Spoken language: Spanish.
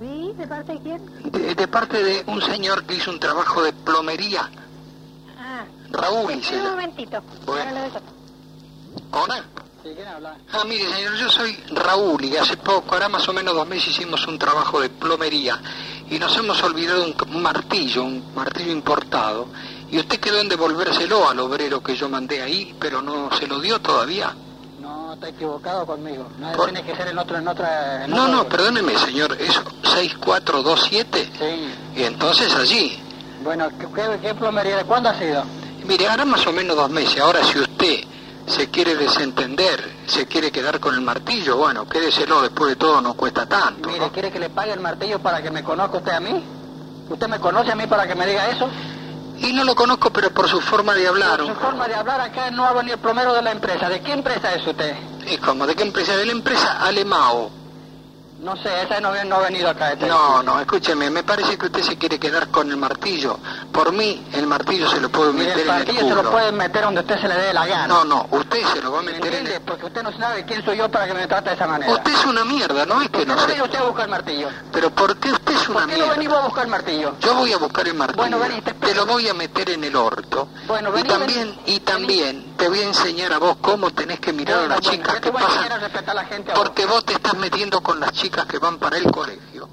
¿Sí? ¿De parte de quién? De, de parte de un señor que hizo un trabajo de plomería. Ah. Raúl, dice Espera un ella. momentito. Bueno. Ahora le doy cuenta. ¿Hola? Sí, ¿quién habla? Ah, mire, señor, yo soy Raúl y hace poco, ahora más o menos dos meses, hicimos un trabajo de plomería y nos hemos olvidado un, un martillo, un martillo importado. Y usted quedó en devolvérselo al obrero que yo mandé ahí, pero no se lo dio todavía. No, está equivocado conmigo. No, Por- tiene que ser en otro, en otra... en No, otro- no, perdóneme, señor, es 6427. Sí. Y entonces allí, Bueno, ¿qué, qué, qué plomería? ¿Cuándo ha sido? mire, ahora más o menos dos meses, ahora si usted se quiere desentender, se quiere quedar con el martillo, bueno, quédeselo, después de todo no cuesta tanto. Mire, ¿no? ¿quiere que le pague el martillo para que me conozca usted a mí? ¿Usted me conoce a mí para que me diga eso? Y no lo conozco, pero por su forma de hablar, Por Su forma de hablar acá no habla ni el plomero de la empresa. ¿De qué empresa es usted? es como, ¿de qué empresa? De la empresa Alemao. No sé, esa no, no ha venido acá. este. esta. No, no, escúcheme, me parece que usted se quiere quedar con el martillo. Por mí, el martillo se lo puedo Mire, meter el en el martillo se lo culo. puede meter donde usted se le dé la gana. No, no, usted se lo va a ¿Me meter en entiende? el... Porque usted no sabe quién soy yo para que me trate de esa manera. Usted es una mierda, ¿no es que ¿Por no qué no sé? viene usted a buscar el martillo? Pero ¿por qué usted es una ¿Por qué no mierda? venimos a buscar el martillo? Yo voy a buscar el martillo. Bueno, vení, te espero. lo voy a meter en el orto. Bueno, y vení, también, vení. y también te voy a enseñar a vos cómo tenés que mirar Bueno, a las bueno, chicas yo te que voy a enseñar a pasan. respetar a la gente ahora. Porque vos te estás metiendo con las chicas que van para el colegio.